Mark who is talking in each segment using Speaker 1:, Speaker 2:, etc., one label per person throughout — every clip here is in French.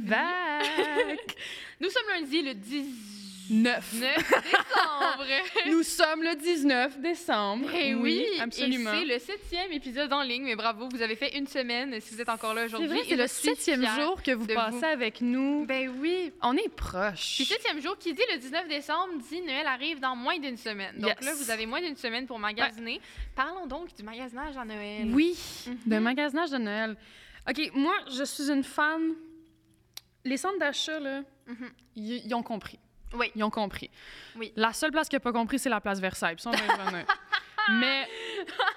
Speaker 1: Bienvenue.
Speaker 2: back!
Speaker 1: Nous sommes lundi le 19
Speaker 2: Neuf.
Speaker 1: décembre.
Speaker 2: Nous sommes le 19 décembre.
Speaker 1: Eh oui,
Speaker 2: absolument.
Speaker 1: Et c'est le septième épisode en ligne, mais bravo, vous avez fait une semaine si vous êtes encore là
Speaker 2: C'est
Speaker 1: aujourd'hui.
Speaker 2: vrai,
Speaker 1: et
Speaker 2: c'est le
Speaker 1: je suis
Speaker 2: septième
Speaker 1: fière.
Speaker 2: jour que vous
Speaker 1: de
Speaker 2: passez
Speaker 1: vous.
Speaker 2: avec nous.
Speaker 1: Ben oui.
Speaker 2: On
Speaker 1: Puis
Speaker 2: est proche.
Speaker 1: septième jour, qui dit le 19 décembre, dit Noël arrive dans moins d'une semaine. Donc
Speaker 2: Yes.
Speaker 1: là, vous avez moins d'une semaine pour magasiner. Parlons donc du magasinage à Noël.
Speaker 2: Oui,
Speaker 1: Mhm.
Speaker 2: de magasinage de Noël. OK, moi, je suis une fan. Les centres d'achat, là,
Speaker 1: Mhm.
Speaker 2: ils ils ont compris.
Speaker 1: Oui.
Speaker 2: Ils ont compris.
Speaker 1: Oui.
Speaker 2: La seule place qui n'a pas compris, c'est la place Versailles. Puis ça, on va y revenir. Mais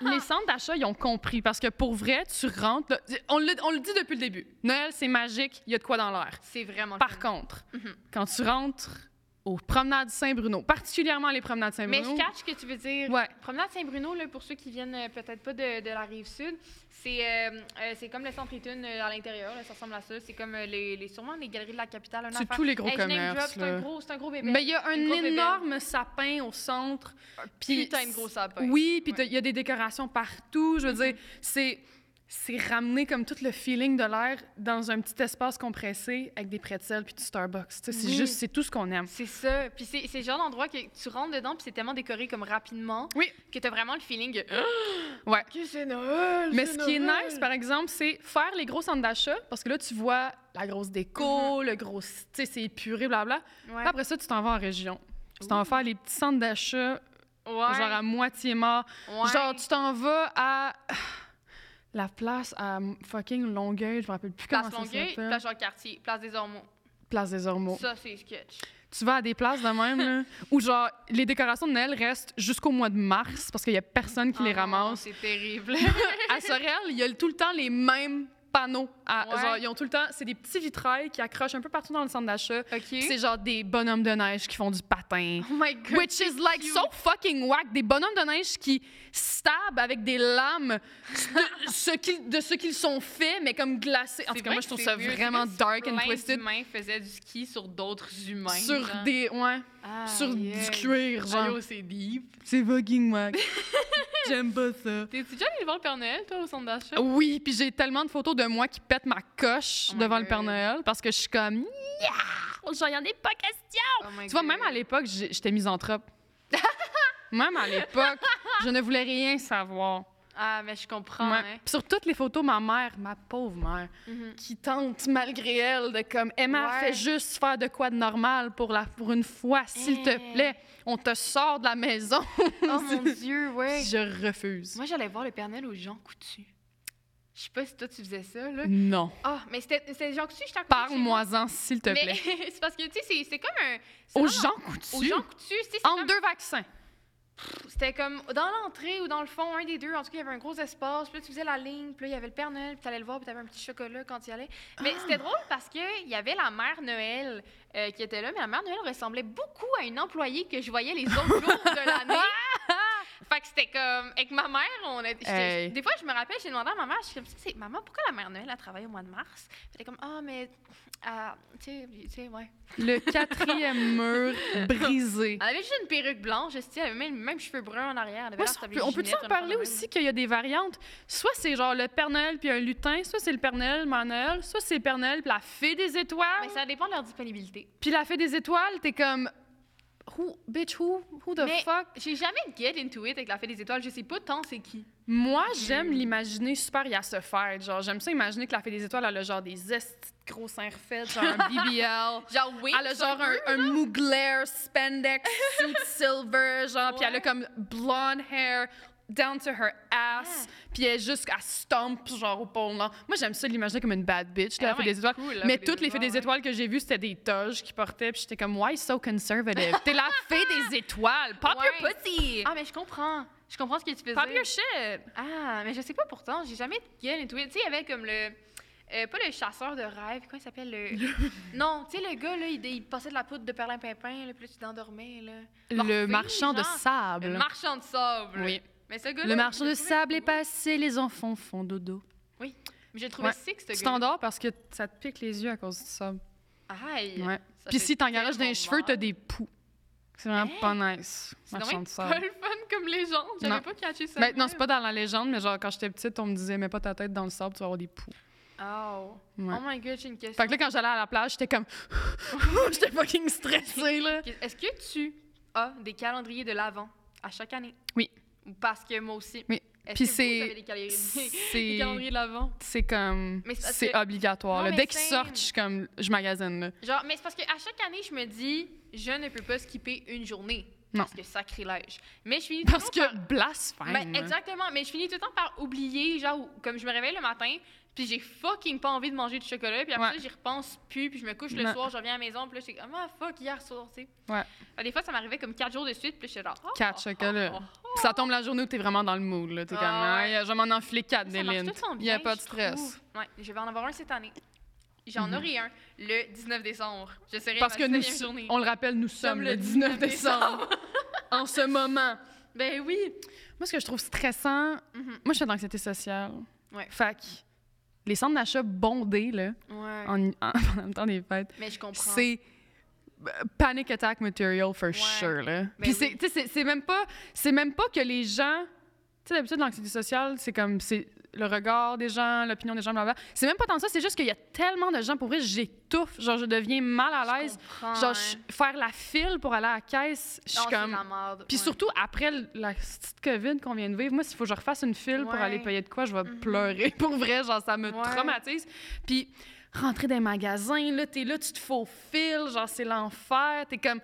Speaker 2: les centres d'achat, ils ont compris. Parce que pour vrai, tu rentres. là, on, le, on le dit depuis le début. Noël, c'est magique. Il y a de quoi dans l'air.
Speaker 1: C'est vraiment le
Speaker 2: Par
Speaker 1: fun.
Speaker 2: contre,
Speaker 1: Mhm.
Speaker 2: quand tu rentres aux promenades Saint-Bruno, particulièrement les promenades
Speaker 1: Mais
Speaker 2: Saint-Bruno.
Speaker 1: je catch que tu veux dire.
Speaker 2: Ouais.
Speaker 1: Promenade Saint-Bruno, là, pour ceux qui viennent euh, peut-être pas de, de la rive sud, c'est euh, euh, c'est comme le centre Étune euh, à l'intérieur, là, ça ressemble à ça. C'est comme euh, les, les- sûrement les galeries de la capitale. un
Speaker 2: C'est
Speaker 1: affaire.
Speaker 2: tous les gros
Speaker 1: Hey, je name drop,
Speaker 2: commerces.
Speaker 1: C'est un
Speaker 2: là.
Speaker 1: gros, c'est un gros bébé.
Speaker 2: Mais Ben, il y a un
Speaker 1: Une grosse bébelle.
Speaker 2: énorme sapin au centre. Puis
Speaker 1: putain de gros sapin.
Speaker 2: Oui, puis
Speaker 1: Ouais. Mm-hmm.
Speaker 2: t'as- il y a des décorations partout. Je veux dire, c'est c'est ramener comme tout le feeling de l'air dans un petit espace compressé avec des pretzels puis du Starbucks. Tu sais, C'est
Speaker 1: Oui.
Speaker 2: juste, c'est tout ce qu'on aime.
Speaker 1: C'est ça. Puis c'est c'est le genre d'endroit que tu rentres dedans, puis c'est tellement décoré comme rapidement
Speaker 2: Oui.
Speaker 1: que t'as vraiment le feeling. que, Ah,
Speaker 2: Ouais.
Speaker 1: Que c'est Noël!
Speaker 2: Mais
Speaker 1: c'est
Speaker 2: ce qui est
Speaker 1: Noël!
Speaker 2: nice, par exemple, c'est faire les gros centres d'achat parce que là, tu vois la grosse déco, le gros, tu sais, c'est épuré, blabla.
Speaker 1: Mm-hmm. Ouais.
Speaker 2: Après ça, tu t'en vas en région. Tu t'en vas
Speaker 1: Ouh.
Speaker 2: faire les petits centres d'achat,
Speaker 1: Ouais.
Speaker 2: genre à moitié mort.
Speaker 1: Ouais.
Speaker 2: Genre, tu t'en vas à la place à fucking Longueuil, je me rappelle plus
Speaker 1: Place
Speaker 2: comment ça
Speaker 1: Longueuil,
Speaker 2: s'appelle. Oh.
Speaker 1: place Jean-Cartier, place des Ormeaux.
Speaker 2: Place des Ormeaux.
Speaker 1: Ça, c'est sketch.
Speaker 2: Tu vas à des places de même, là, où genre, les décorations de Noël restent jusqu'au mois de mars parce qu'il y a personne qui les
Speaker 1: Ah non,
Speaker 2: ramasse.
Speaker 1: C'est terrible.
Speaker 2: À Sorel, il y a tout le temps les mêmes panneaux. À-
Speaker 1: Ouais.
Speaker 2: Genre, ils ont tout le temps, c'est des petits vitrailles qui accrochent un peu partout dans le centre d'achat.
Speaker 1: OK.
Speaker 2: Puis C'est genre des bonhommes de neige qui font du patin.
Speaker 1: Oh my god.
Speaker 2: Which is like so fucking whack. Des bonhommes de neige qui stabent avec des lames de ce qu'ils, de ce qu'ils sont faits, mais comme glacés. En tout cas, moi, je trouve ça vraiment dark and twisted.
Speaker 1: Plein d'humains faisaient du ski sur d'autres humains.
Speaker 2: Sur
Speaker 1: genre.
Speaker 2: des. Ouais.
Speaker 1: Ah,
Speaker 2: sur
Speaker 1: yes.
Speaker 2: du cuir, genre.
Speaker 1: Allô, c'est deep.
Speaker 2: Ah, C'est fucking whack. J'aime pas ça.
Speaker 1: T'es-tu déjà allé voir le Père Noël, toi, au centre d'achat?
Speaker 2: Oui, puis j'ai tellement de photos de moi qui pète ma coche
Speaker 1: Oh my
Speaker 2: devant le Père
Speaker 1: God.
Speaker 2: Noël parce que je suis comme. Yeah! Genre, y en a pas question! Tu vois, même à l'époque, j'ai- j'étais misanthrope. même à l'époque, je ne voulais rien savoir.
Speaker 1: Ah, mais je comprends.
Speaker 2: Ouais.
Speaker 1: hein.
Speaker 2: Puis Sur toutes les photos, ma mère, ma pauvre mère,
Speaker 1: Mhm.
Speaker 2: qui tente malgré elle de comme Emma,
Speaker 1: Ouais.
Speaker 2: fais juste faire de quoi de normal pour, la, pour une fois, s'il te
Speaker 1: Hey.
Speaker 2: plaît. On te sort de la maison.
Speaker 1: Oh mon Dieu, ouais.
Speaker 2: Je refuse.
Speaker 1: Moi, j'allais voir le Père Noël aux Jean Coutu. Je sais pas si toi, tu faisais ça, là.
Speaker 2: Non.
Speaker 1: Ah, mais c'était c'était Jean Coutu, je t'en
Speaker 2: Parle-moi-en, s'il te
Speaker 1: Mais
Speaker 2: plaît.
Speaker 1: c'est parce que, tu sais, c'est- c'est comme un. c'est
Speaker 2: Aux
Speaker 1: vraiment-
Speaker 2: gens
Speaker 1: Aux
Speaker 2: coutus.
Speaker 1: Jean Coutu, tu sais, c'est
Speaker 2: Entre
Speaker 1: comme-
Speaker 2: deux vaccins.
Speaker 1: C'était comme dans l'entrée ou dans le fond, un des deux. En tout cas, il y avait un gros espace. Puis là, tu faisais la ligne. Puis là, il y avait le Père Noël. Puis tu allais le voir. Puis tu avais un petit chocolat quand tu y allais. Mais
Speaker 2: Ah!
Speaker 1: c'était drôle parce qu'il y avait la mère Noël euh, qui était là. Mais la mère Noël ressemblait beaucoup à une employée que je voyais les autres jours de l'année. fait que c'était comme. Avec ma mère, on a. j'étais-
Speaker 2: Hey.
Speaker 1: Des fois, je me rappelle, j'ai demandé à ma mère. Je suis comme, Tu sais, maman, pourquoi la mère Noël, elle travaille au mois de mars? Puis elle était comme, ah, mais. ah, tu sais, tu sais, ouais.
Speaker 2: Le quatrième mur brisé.
Speaker 1: Elle avait juste une perruque blanche, je sais, elle avait même, même cheveux bruns en arrière. Elle avait
Speaker 2: Ouais,
Speaker 1: l'air
Speaker 2: ça,
Speaker 1: de
Speaker 2: on peut- on peut-tu
Speaker 1: Ginette,
Speaker 2: en
Speaker 1: une affaire
Speaker 2: parler
Speaker 1: de même.
Speaker 2: aussi qu'il y a des variantes? Soit c'est genre le Père Noël puis un lutin, soit c'est le Père Noël, Mère Noël, soit c'est le Père Noël puis la fée des étoiles.
Speaker 1: Mais Ben, ça dépend de leur disponibilité.
Speaker 2: Puis la fée des étoiles, t'es comme... Who, bitch, who, who the
Speaker 1: Mais-
Speaker 2: fuck?
Speaker 1: J'ai jamais get into it avec la fée des étoiles. Je sais pas tant c'est qui.
Speaker 2: Moi,
Speaker 1: Mm.
Speaker 2: j'aime l'imaginer super, il y a ce fait. Genre, j'aime ça imaginer que la fée des étoiles, elle a genre des estes gros seins refaits, genre un BBL.
Speaker 1: Genre oui.
Speaker 2: Elle a genre un, un Mugler spandex suit silver, genre, puis elle a
Speaker 1: Ouais.
Speaker 2: comme blonde hair down to her ass, puis elle est juste, elle stomp, genre, au pôle Nord. Moi, j'aime ça l'imaginer comme une bad bitch, la
Speaker 1: Ah
Speaker 2: fée
Speaker 1: ouais,
Speaker 2: des étoiles.
Speaker 1: cool, la
Speaker 2: Mais
Speaker 1: fée des
Speaker 2: toutes les fées des
Speaker 1: étoiles,
Speaker 2: étoiles que j'ai vues, c'était des toges qui portaient, puis j'étais comme, why so conservative? T'es la fée des étoiles! Pop your
Speaker 1: Ouais.
Speaker 2: pussy!
Speaker 1: Ah mais je comprends. Je comprends ce que tu faisais.
Speaker 2: Pop your shit!
Speaker 1: Ah mais je sais pas pourtant. J'ai jamais get into it. Tu sais il y avait comme le euh, pas le chasseur de rêve, quoi il s'appelle le... non, tu sais, le gars, là, il, il passait de la poudre de perlimpinpin, là, puis là, tu t'endormais, là.
Speaker 2: Le
Speaker 1: Morphée,
Speaker 2: marchand de
Speaker 1: genre.
Speaker 2: sable.
Speaker 1: Le marchand de sable.
Speaker 2: Oui.
Speaker 1: Mais ce gars
Speaker 2: Le marchand de sable est passé, les enfants font dodo.
Speaker 1: J'ai trouvé
Speaker 2: Ouais.
Speaker 1: sick, ce
Speaker 2: Tu
Speaker 1: gars.
Speaker 2: t'endors parce que ça te pique les yeux à cause du sable.
Speaker 1: Aïe.
Speaker 2: Ouais.
Speaker 1: Ça
Speaker 2: Puis
Speaker 1: fait
Speaker 2: si t'engarages dans
Speaker 1: tellement
Speaker 2: les cheveux, t'as
Speaker 1: mal.
Speaker 2: des poux. C'est vraiment
Speaker 1: Hey!
Speaker 2: pas nice,
Speaker 1: Hein? C'est
Speaker 2: marchand
Speaker 1: donc
Speaker 2: de
Speaker 1: pas
Speaker 2: sable.
Speaker 1: le fun comme légende.
Speaker 2: Non.
Speaker 1: J'avais pas catché ça.
Speaker 2: Mais Ben, non,
Speaker 1: moi.
Speaker 2: c'est pas dans la légende, mais genre quand j'étais petite, on me disait mets pas ta tête dans le sable, tu vas avoir des poux.
Speaker 1: Oh.
Speaker 2: Ouais.
Speaker 1: Oh my god, j'ai une question.
Speaker 2: Fait que là, quand j'allais à la plage, j'étais comme. j'étais fucking stressée, là.
Speaker 1: Est-ce que tu as des calendriers de l'Avent à chaque année?
Speaker 2: Oui.
Speaker 1: Parce que moi aussi.
Speaker 2: Oui.
Speaker 1: Est-ce
Speaker 2: Puis
Speaker 1: que vous,
Speaker 2: c'est-
Speaker 1: vous avez des calendriers, des
Speaker 2: C'est.
Speaker 1: calendriers de l'Avent?
Speaker 2: C'est comme.
Speaker 1: Mais c'est parce
Speaker 2: C'est
Speaker 1: que-
Speaker 2: obligatoire,
Speaker 1: Non,
Speaker 2: là.
Speaker 1: mais
Speaker 2: Dès qu'ils
Speaker 1: same.
Speaker 2: sortent, je suis comme. Je magasine, là.
Speaker 1: Genre, mais c'est parce qu'à chaque année, je me dis, je ne peux pas skipper une journée.
Speaker 2: Non.
Speaker 1: Parce que sacrilège. Mais je finis tout le
Speaker 2: Parce
Speaker 1: temps
Speaker 2: que blasphème.
Speaker 1: Ben, exactement, mais je finis tout le temps par oublier, genre, ou- comme je me réveille le matin, puis j'ai fucking pas envie de manger du chocolat, puis après
Speaker 2: Ouais.
Speaker 1: ça, j'y repense plus, puis je me couche le
Speaker 2: Non.
Speaker 1: soir, je reviens à la maison, puis là, j'étais comme, ah fuck, hier soir, tu sais.
Speaker 2: Ouais.
Speaker 1: Alors, des fois, ça m'arrivait comme quatre jours de suite, puis j'étais genre, oh,
Speaker 2: Quatre chocolats. Puis ça tombe la journée où t'es vraiment dans le mood, là. T'es
Speaker 1: Ah
Speaker 2: comme.
Speaker 1: ouais.
Speaker 2: Ah, je vais m'en enfiler quatre,
Speaker 1: Ça marche
Speaker 2: Déline.
Speaker 1: tout le temps
Speaker 2: Il n'y a
Speaker 1: bien,
Speaker 2: pas de
Speaker 1: je
Speaker 2: stress.
Speaker 1: trouve. Ouais, je vais en avoir un cette année. J'en
Speaker 2: Mhm.
Speaker 1: aurai un le 19 décembre. Je serai
Speaker 2: Parce
Speaker 1: ma
Speaker 2: que nous,
Speaker 1: neuvième journée.
Speaker 2: on le rappelle, nous sommes le 19 décembre. en ce moment.
Speaker 1: ben oui.
Speaker 2: Moi, ce que je trouve stressant,
Speaker 1: Mhm.
Speaker 2: moi, je fais de l'anxiété sociale.
Speaker 1: Ouais.
Speaker 2: Fait que les centres d'achat bondés, là,
Speaker 1: Ouais.
Speaker 2: en, en- pendant le temps des fêtes,
Speaker 1: Mais je comprends.
Speaker 2: c'est euh, panic attack material for
Speaker 1: Ouais.
Speaker 2: sure, là. Puis c'est-
Speaker 1: oui.
Speaker 2: tu sais, c'est c'est même pas, c'est même pas que les gens, tu sais, d'habitude, l'anxiété sociale, c'est comme, c'est le regard des gens, l'opinion des gens, blablabla. C'est même pas tant ça, c'est juste qu'il y a tellement de gens, pour vrai, j'étouffe, genre, je deviens mal à l'aise. Genre, je- faire la file pour aller à la caisse, je suis comme... Puis surtout, après le- la petite COVID qu'on vient de vivre, moi, s'il faut que je refasse une file pour
Speaker 1: Ouais.
Speaker 2: aller payer de quoi, je vais
Speaker 1: Mhm.
Speaker 2: pleurer. Pour vrai, genre, ça me
Speaker 1: Ouais.
Speaker 2: traumatise. Puis rentrer dans les magasins, là, t'es là, tu te faufiles, genre, c'est l'enfer. T'es comme...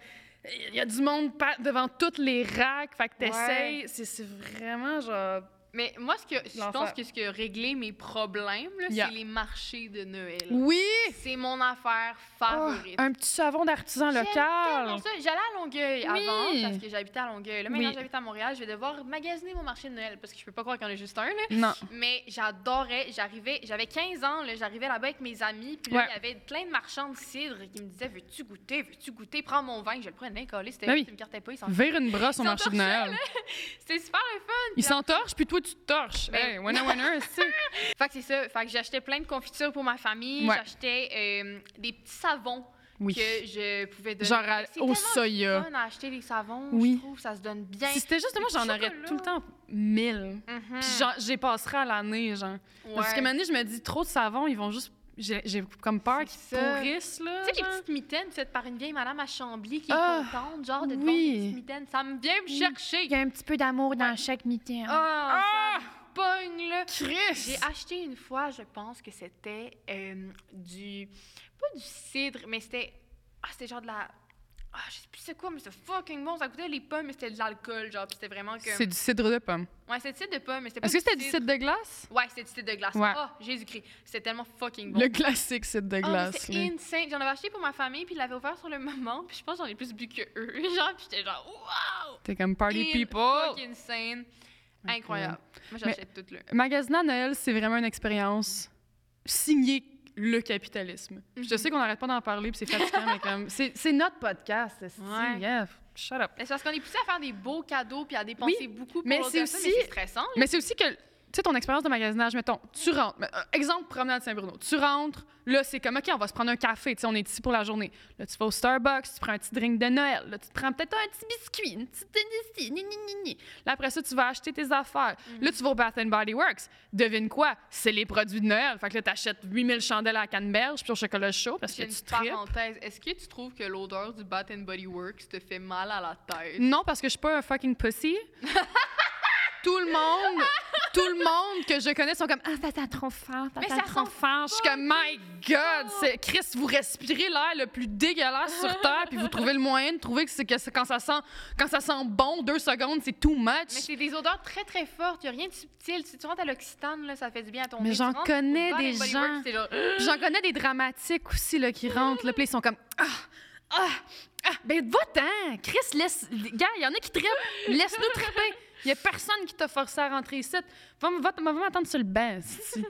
Speaker 2: Il y a du monde pa- devant toutes les racks, fait que t'essayes. C'est- C'est vraiment, genre...
Speaker 1: Mais moi, ce que, je
Speaker 2: L'enfer.
Speaker 1: pense que ce qui a réglé mes problèmes, là,
Speaker 2: Yeah.
Speaker 1: c'est les marchés de Noël.
Speaker 2: Oui!
Speaker 1: C'est mon affaire
Speaker 2: Oh,
Speaker 1: favorite.
Speaker 2: un petit savon d'artisan
Speaker 1: J'aime
Speaker 2: local!
Speaker 1: tellement ça. J'allais à Longueuil
Speaker 2: Oui.
Speaker 1: avant parce que j'habitais à Longueuil. Là, maintenant,
Speaker 2: Oui.
Speaker 1: j'habite à Montréal. Je vais devoir magasiner mon marché de Noël parce que je peux pas croire qu'il y en a juste un. Là.
Speaker 2: Non.
Speaker 1: Mais j'adorais. J'arrivais, j'avais 15 ans. là, J'arrivais là-bas avec mes amis. Puis là,
Speaker 2: Ouais.
Speaker 1: il y avait plein de marchands de cidre qui me disaient Veux-tu goûter Veux-tu goûter Prends mon vin. Je le prenais, collé. C'était
Speaker 2: Ben oui.
Speaker 1: tu me cartais pas. Ils s'en
Speaker 2: Vire une brosse au
Speaker 1: Ils
Speaker 2: marché de
Speaker 1: s'entorchaient,
Speaker 2: Noël.
Speaker 1: C'était super le fun.
Speaker 2: Il s'entorche, puis toi, tu te torches.
Speaker 1: Ben-
Speaker 2: Hey, winner, winner, tu sais.
Speaker 1: Fait que c'est ça. Fait que j'achetais plein de confitures pour ma famille.
Speaker 2: Ouais.
Speaker 1: J'achetais euh, des petits savons
Speaker 2: Oui.
Speaker 1: que je pouvais donner.
Speaker 2: Genre à-
Speaker 1: C'est
Speaker 2: au
Speaker 1: tellement
Speaker 2: soya.
Speaker 1: fun à acheter des savons,
Speaker 2: Oui.
Speaker 1: je trouve. Ça se donne bien.
Speaker 2: Si c'était juste moi,
Speaker 1: du
Speaker 2: j'en aurais
Speaker 1: chocolat.
Speaker 2: tout le temps mille.
Speaker 1: Mhm.
Speaker 2: Puis j'en- j'y passerai à l'année, genre. Parce
Speaker 1: Ouais.
Speaker 2: que maintenant, je me dis, trop de savon, ils vont juste... J'ai j'ai comme peur qu'ils
Speaker 1: C'est ça.
Speaker 2: pourrissent, là.
Speaker 1: Tu sais, les
Speaker 2: genre.
Speaker 1: petites mitaines faites par une vieille madame à Chambly qui est
Speaker 2: Ah,
Speaker 1: contente, genre, de te
Speaker 2: oui.
Speaker 1: vendre des petites mitaines. Ça me vient me
Speaker 2: Oui.
Speaker 1: chercher.
Speaker 3: y a un petit peu d'amour dans chaque meeting.
Speaker 1: Oh, ça
Speaker 2: Ah!
Speaker 1: me pogne, là. J'ai
Speaker 2: Chris!
Speaker 1: acheté une fois, je pense que c'était euh, du. Pas du cidre, mais c'était. Ah, c'était genre de la. Ah, je sais plus c'est quoi, mais c'était fucking bon. Ça coûtait les pommes, mais c'était de l'alcool, genre. Puis c'était vraiment comme.
Speaker 2: C'est du cidre de pomme.
Speaker 1: Ouais, c'était du cidre de pommes, mais c'était pas.
Speaker 2: Est-ce que c'était du cidre de glace?
Speaker 1: Ouais, c'était du cidre de glace.
Speaker 2: Ouais.
Speaker 1: Ah, Jésus-Christ. C'était tellement fucking bon.
Speaker 2: Le classique cidre de
Speaker 1: Ah, mais
Speaker 2: glace.
Speaker 1: c'était
Speaker 2: là.
Speaker 1: insane. J'en avais acheté pour ma famille, puis ils l'avaient ouvert sur le moment, puis je pense que j'en ai plus bu que eux. Genre, puis j'étais genre, wow!
Speaker 2: T'es comme party
Speaker 1: In-
Speaker 2: people!
Speaker 1: Fucking insane. Incroyable. Moi, j'achète tout, là.
Speaker 2: Magasiner à Noël, c'est vraiment une expérience signée le capitalisme. Je
Speaker 1: Mhm.
Speaker 2: sais qu'on n'arrête pas d'en parler, puis c'est fatigant, mais comme... C'est c'est notre podcast, c'est
Speaker 1: Ouais.
Speaker 2: yeah, shut up.
Speaker 1: Mais C'est parce qu'on est poussé à faire des beaux cadeaux puis à dépenser beaucoup pour
Speaker 2: mais
Speaker 1: l'autre
Speaker 2: c'est
Speaker 1: personne,
Speaker 2: aussi-
Speaker 1: mais c'est stressant.
Speaker 2: Mais c'est aussi que, tu sais, ton expérience de magasinage, mettons, tu rentres, mais, euh, exemple, promenade Saint-Bruno, tu rentres, là, c'est comme, OK, on va se prendre un café, tu sais, on est ici pour la journée. Là, tu vas au Starbucks, tu prends un petit drink de Noël, là, tu te prends peut-être un petit biscuit, une petite délicie, ni, ni, ni, ni. Là, après ça, tu vas acheter tes affaires.
Speaker 1: Mm.
Speaker 2: Là, tu vas au Bath and Body Works. Devine quoi? C'est les produits de Noël. Fait que là, t'achètes 8000 chandelles à la canneberge puis au chocolat chaud parce que
Speaker 1: J'ai
Speaker 2: tu
Speaker 1: une
Speaker 2: tripes.
Speaker 1: parenthèse. Est-ce que tu trouves que l'odeur du Bath and Body Works te fait mal à la tête?
Speaker 2: Non, parce que je suis pas un fucking pussy. tout le monde, tout le monde que je connais sont comme ah ça sent trop fort, ça
Speaker 1: Mais
Speaker 2: sent
Speaker 1: ça
Speaker 2: trop
Speaker 1: sent
Speaker 2: fort. Je suis comme my god, c'est Chris, vous respirez l'air le plus dégueulasse sur terre puis vous trouvez le moyen de trouver que c'est que c'est- quand ça sent quand ça sent bon deux secondes c'est too
Speaker 1: Mais
Speaker 2: much.
Speaker 1: c'est des odeurs très très fortes. Il n'y a rien de subtil. Si tu rentres à l'Occitane, là, ça fait du bien à ton
Speaker 2: Mais
Speaker 1: nez. Tu
Speaker 2: j'en
Speaker 1: rentres au
Speaker 2: connais
Speaker 1: Bath
Speaker 2: des
Speaker 1: and Body
Speaker 2: gens.
Speaker 1: Works, c'est genre,
Speaker 2: Puis J'en connais des dramatiques aussi là qui rentrent là, puis ils sont comme ah ah ah ben va-t'en, Chris laisse gars, il y en a qui tripent, laisse-nous triper. Il y a personne qui t'a forcé à rentrer ici. Va, va, va m'attendre sur le banc. si.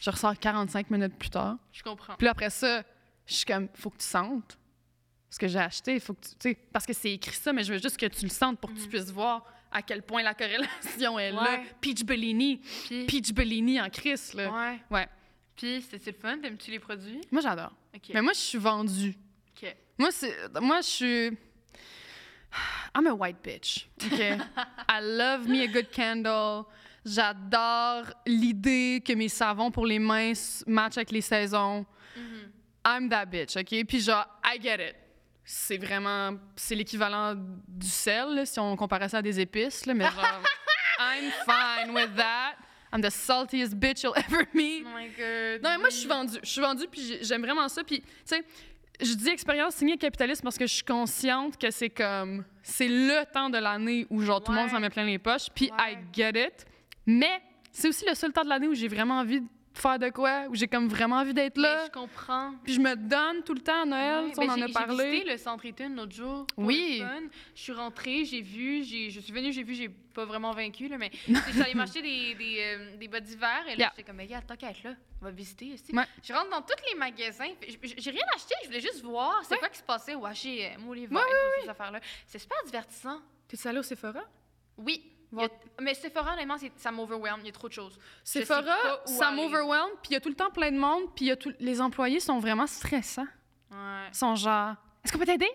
Speaker 2: Je ressors 45 minutes plus tard.
Speaker 1: Je comprends.
Speaker 2: Puis là, après ça, je suis comme, faut que tu sentes ce que j'ai acheté. Faut que tu, tu sais, parce que c'est écrit ça, mais je veux juste que tu le sentes pour que tu puisses voir à quel point la corrélation est là.
Speaker 1: Mm. Ouais.
Speaker 2: Peach Bellini,
Speaker 1: Puis,
Speaker 2: Peach Bellini en Chris, là.
Speaker 1: ouais.
Speaker 2: Ouais.
Speaker 1: Puis c'était le fun. T'aimes-tu les produits?
Speaker 2: Moi, j'adore.
Speaker 1: Ok.
Speaker 2: Mais moi, je suis vendue.
Speaker 1: Ok.
Speaker 2: Moi, c'est, moi, je suis... I'm a white bitch, OK? I love me a good candle. J'adore l'idée que mes savons pour les mains s- matchent avec les saisons.
Speaker 1: Mhm.
Speaker 2: I'm that bitch, OK? Puis genre, I get it. C'est vraiment, c'est l'équivalent du sel, là, si on comparait ça à des épices, là, mais genre, I'm fine with that. I'm the saltiest bitch you'll ever meet.
Speaker 1: Oh my god.
Speaker 2: Non, mais moi, je suis vendue. Je suis vendue, puis j'ai- j'aime vraiment ça. Puis, tu sais, je dis expérience signée capitaliste parce que je suis consciente que c'est comme. C'est le temps de l'année où, genre, tout le monde
Speaker 1: Ouais.
Speaker 2: s'en met plein les poches. Puis,
Speaker 1: Ouais.
Speaker 2: I get it. Mais c'est aussi le seul temps de l'année où j'ai vraiment envie de faire de quoi, où j'ai comme vraiment envie d'être
Speaker 1: Mais
Speaker 2: là.
Speaker 1: je comprends.
Speaker 2: Puis, je me donne tout le temps à Noël.
Speaker 1: Ouais,
Speaker 2: tu sais,
Speaker 1: ben,
Speaker 2: on en
Speaker 1: j'ai-
Speaker 2: a
Speaker 1: J'ai
Speaker 2: parlé.
Speaker 1: visité le centre Eaton l'autre jour. pour
Speaker 2: Oui.
Speaker 1: le fun. Je suis rentrée, j'ai vu, j'ai- je suis venue, j'ai vu, j'ai pas vraiment vaincu, là, mais je suis allée m'acheter des, des, euh, des bas d'hiver et là,
Speaker 2: Yeah.
Speaker 1: j'étais comme, mais gars, tant qu'à être là, on va visiter ici.
Speaker 2: Ouais.
Speaker 1: Je rentre dans tous les magasins, puis j- j- j'ai rien acheté, je voulais juste voir c'est
Speaker 2: Ouais.
Speaker 1: quoi qui se passait au H&M ou les
Speaker 2: Ouais,
Speaker 1: vibes, ou ces affaires-là. C'est super divertissant.
Speaker 2: T'es allée au Sephora?
Speaker 1: Oui. il y a-
Speaker 2: Voir-
Speaker 1: mais Sephora, honnêtement, c'est- ça m'overwhelme, il y a trop de choses. sais
Speaker 2: Sephora,
Speaker 1: pas où
Speaker 2: ça
Speaker 1: aller.
Speaker 2: m'overwhelm. Puis, il y a tout le temps plein de monde. Puis, il y a tout... les employés sont vraiment stressants.
Speaker 1: Ouais.
Speaker 2: sont genre Est-ce qu'on peut t'aider?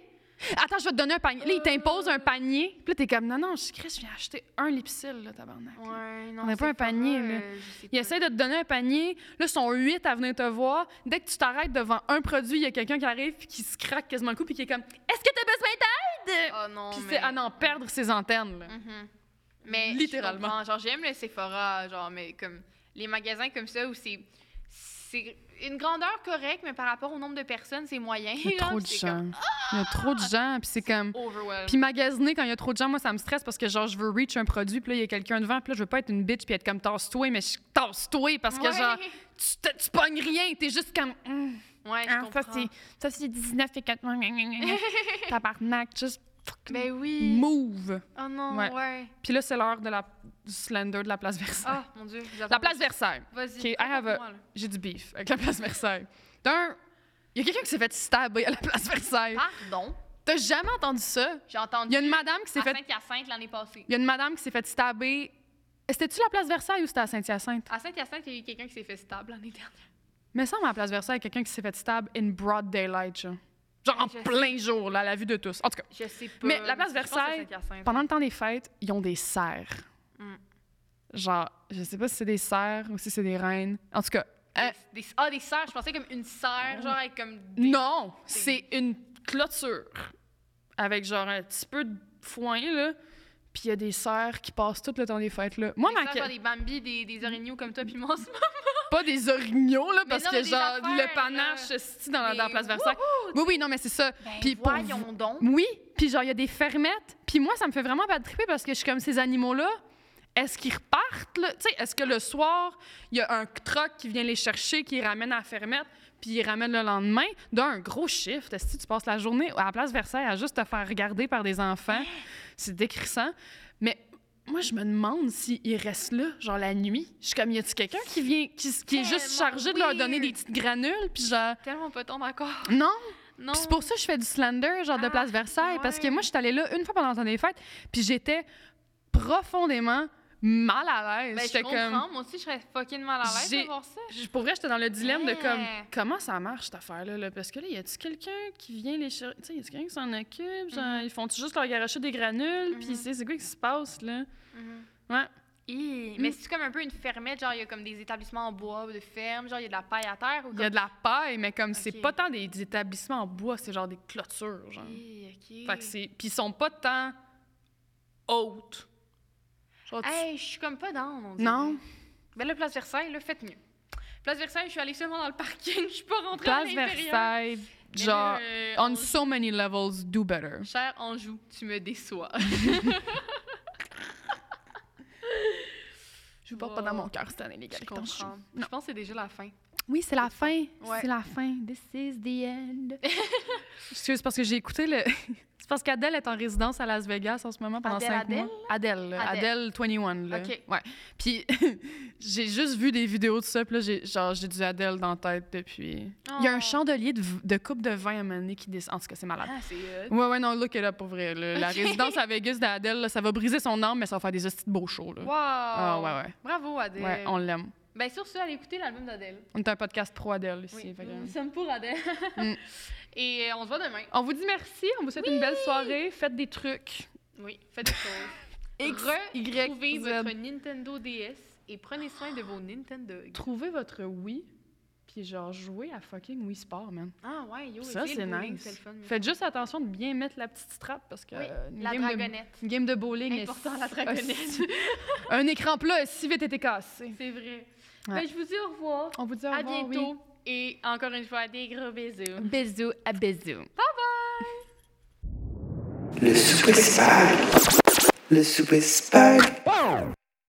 Speaker 2: Attends, je vais te donner un panier. Là, ils t'imposent un panier. Puis là, t'es comme Non, non, je Chris, je viens acheter un lipsil, là, tabarnak.
Speaker 1: Ouais, non,
Speaker 2: On n'a pas un
Speaker 1: Sephora,
Speaker 2: panier, là.
Speaker 1: euh, je sais
Speaker 2: Ils
Speaker 1: pas.
Speaker 2: essaient de te donner un panier. Là, ils sont huit à venir te voir. Dès que tu t'arrêtes devant un produit, il y a quelqu'un qui arrive puis qui se craque quasiment le cou puis qui est comme Est-ce que t'as besoin d'aide?
Speaker 1: Oh non,
Speaker 2: puis
Speaker 1: mais...
Speaker 2: c'est à n'en perdre ses antennes. là.
Speaker 1: Mhm. Mais je
Speaker 2: Littéralement.
Speaker 1: comprends. Genre j'aime le Sephora, genre mais comme les magasins comme ça où c'est c'est une grandeur correcte mais par rapport au nombre de personnes, c'est moyen.
Speaker 2: Il y a
Speaker 1: genre,
Speaker 2: trop de
Speaker 1: c'est comme ah!
Speaker 2: gens. Il y a trop de gens. Puis c'est comme
Speaker 1: overwhelmed.
Speaker 2: Puis magasiner quand il y a trop de gens, moi, ça me stresse parce que, genre, je veux reach un produit, puis là, il y a quelqu'un devant, puis là, je veux pas être une bitch puis être comme tasse-toi, mais je tasse-toi parce que,
Speaker 1: Ouais.
Speaker 2: genre, tu, te- tu pognes rien, t'es juste comme. Hum,
Speaker 1: Ouais, je
Speaker 3: Ah, ça,
Speaker 1: comprends.
Speaker 3: c'est, ça, c'est 19 et 4. Tabarnak, juste fucking
Speaker 1: Ben oui.
Speaker 2: move.
Speaker 1: Oh non,
Speaker 2: Ouais.
Speaker 1: ouais.
Speaker 2: Puis là, c'est l'heure de la, du slander de la place Versailles.
Speaker 1: Ah, mon dieu. vous
Speaker 2: la
Speaker 1: attendez.
Speaker 2: place Versailles.
Speaker 1: Vas-y.
Speaker 2: Ok, I have a-
Speaker 1: moi, là.
Speaker 2: J'ai du beef avec la place Versailles. D'un, il y a quelqu'un qui s'est fait stabber à la place Versailles.
Speaker 1: Pardon.
Speaker 2: T'as jamais entendu ça?
Speaker 1: J'ai
Speaker 2: Il y
Speaker 1: entendu
Speaker 2: a une madame qui s'est
Speaker 1: à
Speaker 2: fait.
Speaker 1: Saint-Hyacinthe l'année passée.
Speaker 2: Il y a une madame qui s'est fait stabber. C'était-tu la place Versailles ou c'était à Saint-Hyacinthe?
Speaker 1: À Saint-Hyacinthe, il y a eu quelqu'un qui s'est fait stable l'année dernière.
Speaker 2: Mais ça, à la place Versailles, quelqu'un qui s'est fait stab in broad daylight, genre. Genre en
Speaker 1: Je sais.
Speaker 2: plein jour, là, à la vue de tous. En tout cas,
Speaker 1: Je sais pas.
Speaker 2: Mais la place
Speaker 1: je pense que c'est
Speaker 2: Versailles,
Speaker 1: Saint-Hyacinthe.
Speaker 2: pendant le temps des fêtes, ils ont des serres.
Speaker 1: Mm.
Speaker 2: Genre, je sais pas si c'est des serres ou si c'est des reines. En tout cas, euh, Mm.
Speaker 1: Des- des- ah, des serres. Je pensais comme une serre, genre avec comme. des-
Speaker 2: non, c'est une clôture avec genre un petit peu de foin, là. Puis il y a des serres qui passent tout le temps des fêtes, là. Moi,
Speaker 1: Des
Speaker 2: ma
Speaker 1: serres,
Speaker 2: que-
Speaker 1: genre des Bambi, des, des orignaux comme toi, puis moi en ce moment.
Speaker 2: pas des orignaux, là, parce
Speaker 1: non,
Speaker 2: que
Speaker 1: mais des
Speaker 2: genre,
Speaker 1: affaires,
Speaker 2: le panache, c'est dans la dans la
Speaker 1: Des
Speaker 2: place Versailles. Oui, oui, non, mais c'est ça. Puis pour
Speaker 1: Ben voyons donc.
Speaker 2: Oui, puis genre, il y a des fermettes. Puis moi, ça me fait vraiment pas triper parce que je suis comme ces animaux-là. Est-ce qu'ils repartent, là? Tu sais, est-ce que le soir, il y a un troc qui vient les chercher, qui les ramène à la fermette, puis ils les ramène le lendemain? D'un gros shift, est-ce que tu passes la journée à la place Versailles à juste te faire regarder par des enfants? C'est décrissant. Mais moi, je me demande s'ils restent là, genre la nuit. Je suis comme, y a-tu quelqu'un qui vient, qui, qui est juste
Speaker 1: Tellement
Speaker 2: chargé de leur donner
Speaker 1: weird.
Speaker 2: des petites granules, puis genre,
Speaker 1: Tellement pas tombe encore.
Speaker 2: non?
Speaker 1: Non.
Speaker 2: Puis c'est pour ça que je fais du slander, genre de
Speaker 1: Ah,
Speaker 2: place Versailles, parce que
Speaker 1: ouais.
Speaker 2: moi, je suis allée là une fois pendant le temps des fêtes, puis j'étais profondément mal à l'aise.
Speaker 1: Ben, je
Speaker 2: j'étais
Speaker 1: comprends.
Speaker 2: comme.
Speaker 1: Moi aussi, je serais fucking mal à l'aise
Speaker 2: J'ai-
Speaker 1: de voir ça.
Speaker 2: je- Pour vrai, j'étais dans le dilemme de comme
Speaker 1: Ouais.
Speaker 2: comment ça marche cette affaire-là, là? parce que là, y a-tu quelqu'un qui vient les chercher, tu sais, y a-tu quelqu'un qui s'en occupe, genre,
Speaker 1: Mm-hmm.
Speaker 2: ils font-tu juste leur garocher des granules, puis
Speaker 1: Mhm.
Speaker 2: c'est c'est quoi qui se passe là? Mm.
Speaker 1: Hi, Mhm. Mais c'est comme un peu une fermette, genre il y a comme des établissements en bois, de ferme, genre il y a de la paille à terre ou
Speaker 2: Il y a
Speaker 1: comme.
Speaker 2: de la paille, mais comme c'est
Speaker 1: Ok.
Speaker 2: pas tant des, des établissements en bois, c'est genre des clôtures, genre.
Speaker 1: Hi,
Speaker 2: Fait
Speaker 1: ok.
Speaker 2: que c'est, puis ils sont pas tant hautes. Genre, tu-
Speaker 1: Hey, je suis comme pas down. on dirait.
Speaker 2: Non.
Speaker 1: Ben là, place Versailles, là, faites mieux. Place Versailles, je suis allée seulement dans le parking, je suis pas rentrée à
Speaker 2: Place
Speaker 1: l'intérieur.
Speaker 2: Versailles,
Speaker 1: Mais
Speaker 2: genre,
Speaker 1: là, euh,
Speaker 2: on
Speaker 1: on-
Speaker 2: so many levels, do better.
Speaker 1: Cher Anjou, tu me déçois.
Speaker 2: Je vous
Speaker 1: porte
Speaker 2: porte
Speaker 1: pas
Speaker 2: pas
Speaker 1: dans
Speaker 2: dans
Speaker 1: mon
Speaker 2: mon cœur cette année, les gars.
Speaker 1: Je comprends. Je pense que c'est déjà la fin.
Speaker 3: Oui, c'est la fin.
Speaker 1: Ouais.
Speaker 3: C'est la fin. This is the end.
Speaker 2: Excuse, parce que j'ai écouté le. C'est parce qu'Adèle est en résidence à Las Vegas en ce moment pendant
Speaker 1: Adèle,
Speaker 2: cinq
Speaker 1: Adèle,
Speaker 2: mois. Adèle, là, Adèle,
Speaker 1: Adèle.
Speaker 2: 21, là.
Speaker 1: Ok.
Speaker 2: Ouais. Puis j'ai juste vu des vidéos de ça, puis là, j'ai, genre, j'ai du Adèle dans la tête depuis. Il y a un
Speaker 1: Oh.
Speaker 2: chandelier de, v- de coupe de vin à un moment donné qui descend. En tout cas, c'est malade.
Speaker 1: Ah, c'est hot.
Speaker 2: Ouais, ouais, non, look it up pour vrai. là. La
Speaker 1: Ok.
Speaker 2: résidence à Vegas d'Adèle, là, ça va briser son âme, mais ça va faire des hosties de beaux shows, là.
Speaker 1: Wow!
Speaker 2: Ah, ouais, ouais.
Speaker 1: Bravo, Adèle.
Speaker 2: Ouais, on l'aime.
Speaker 1: Ben, sur ce, allez écouter l'album d'Adèle.
Speaker 2: On est un podcast pro Adèle ici.
Speaker 1: Oui,
Speaker 2: fait que-
Speaker 1: nous sommes pour Adèle.
Speaker 2: Mm.
Speaker 1: Et euh, on se voit demain.
Speaker 2: On vous dit merci, on vous souhaite une belle soirée, faites des trucs.
Speaker 1: Oui, faites des choses.
Speaker 2: X,
Speaker 1: Retrouvez
Speaker 2: Y,
Speaker 1: votre
Speaker 2: Z.
Speaker 1: Nintendo DS et prenez soin de vos Nintendo.
Speaker 2: Trouvez votre Wii, puis genre jouez à fucking Wii Sport, man.
Speaker 1: Ah ouais, yo,
Speaker 2: Ça,
Speaker 1: essayez
Speaker 2: c'est
Speaker 1: le bowling,
Speaker 2: nice.
Speaker 1: c'est le fun, mais-
Speaker 2: Faites juste attention de bien mettre la petite strap parce que
Speaker 1: Mm. Oui,
Speaker 2: euh, une,
Speaker 1: La
Speaker 2: game de,
Speaker 1: dragonnette.
Speaker 2: une game de bowling
Speaker 1: Important, la
Speaker 2: si-
Speaker 1: dragonnette.
Speaker 2: un écran plat a si vite été cassé.
Speaker 1: C'est vrai.
Speaker 2: Ouais.
Speaker 1: Ben, je vous dis au revoir.
Speaker 2: On vous dit au
Speaker 1: À
Speaker 2: revoir, oui.
Speaker 1: bientôt. Et encore une fois, des gros bisous.
Speaker 3: Bisous à bisous.
Speaker 4: Le souper spag. Le souper spag.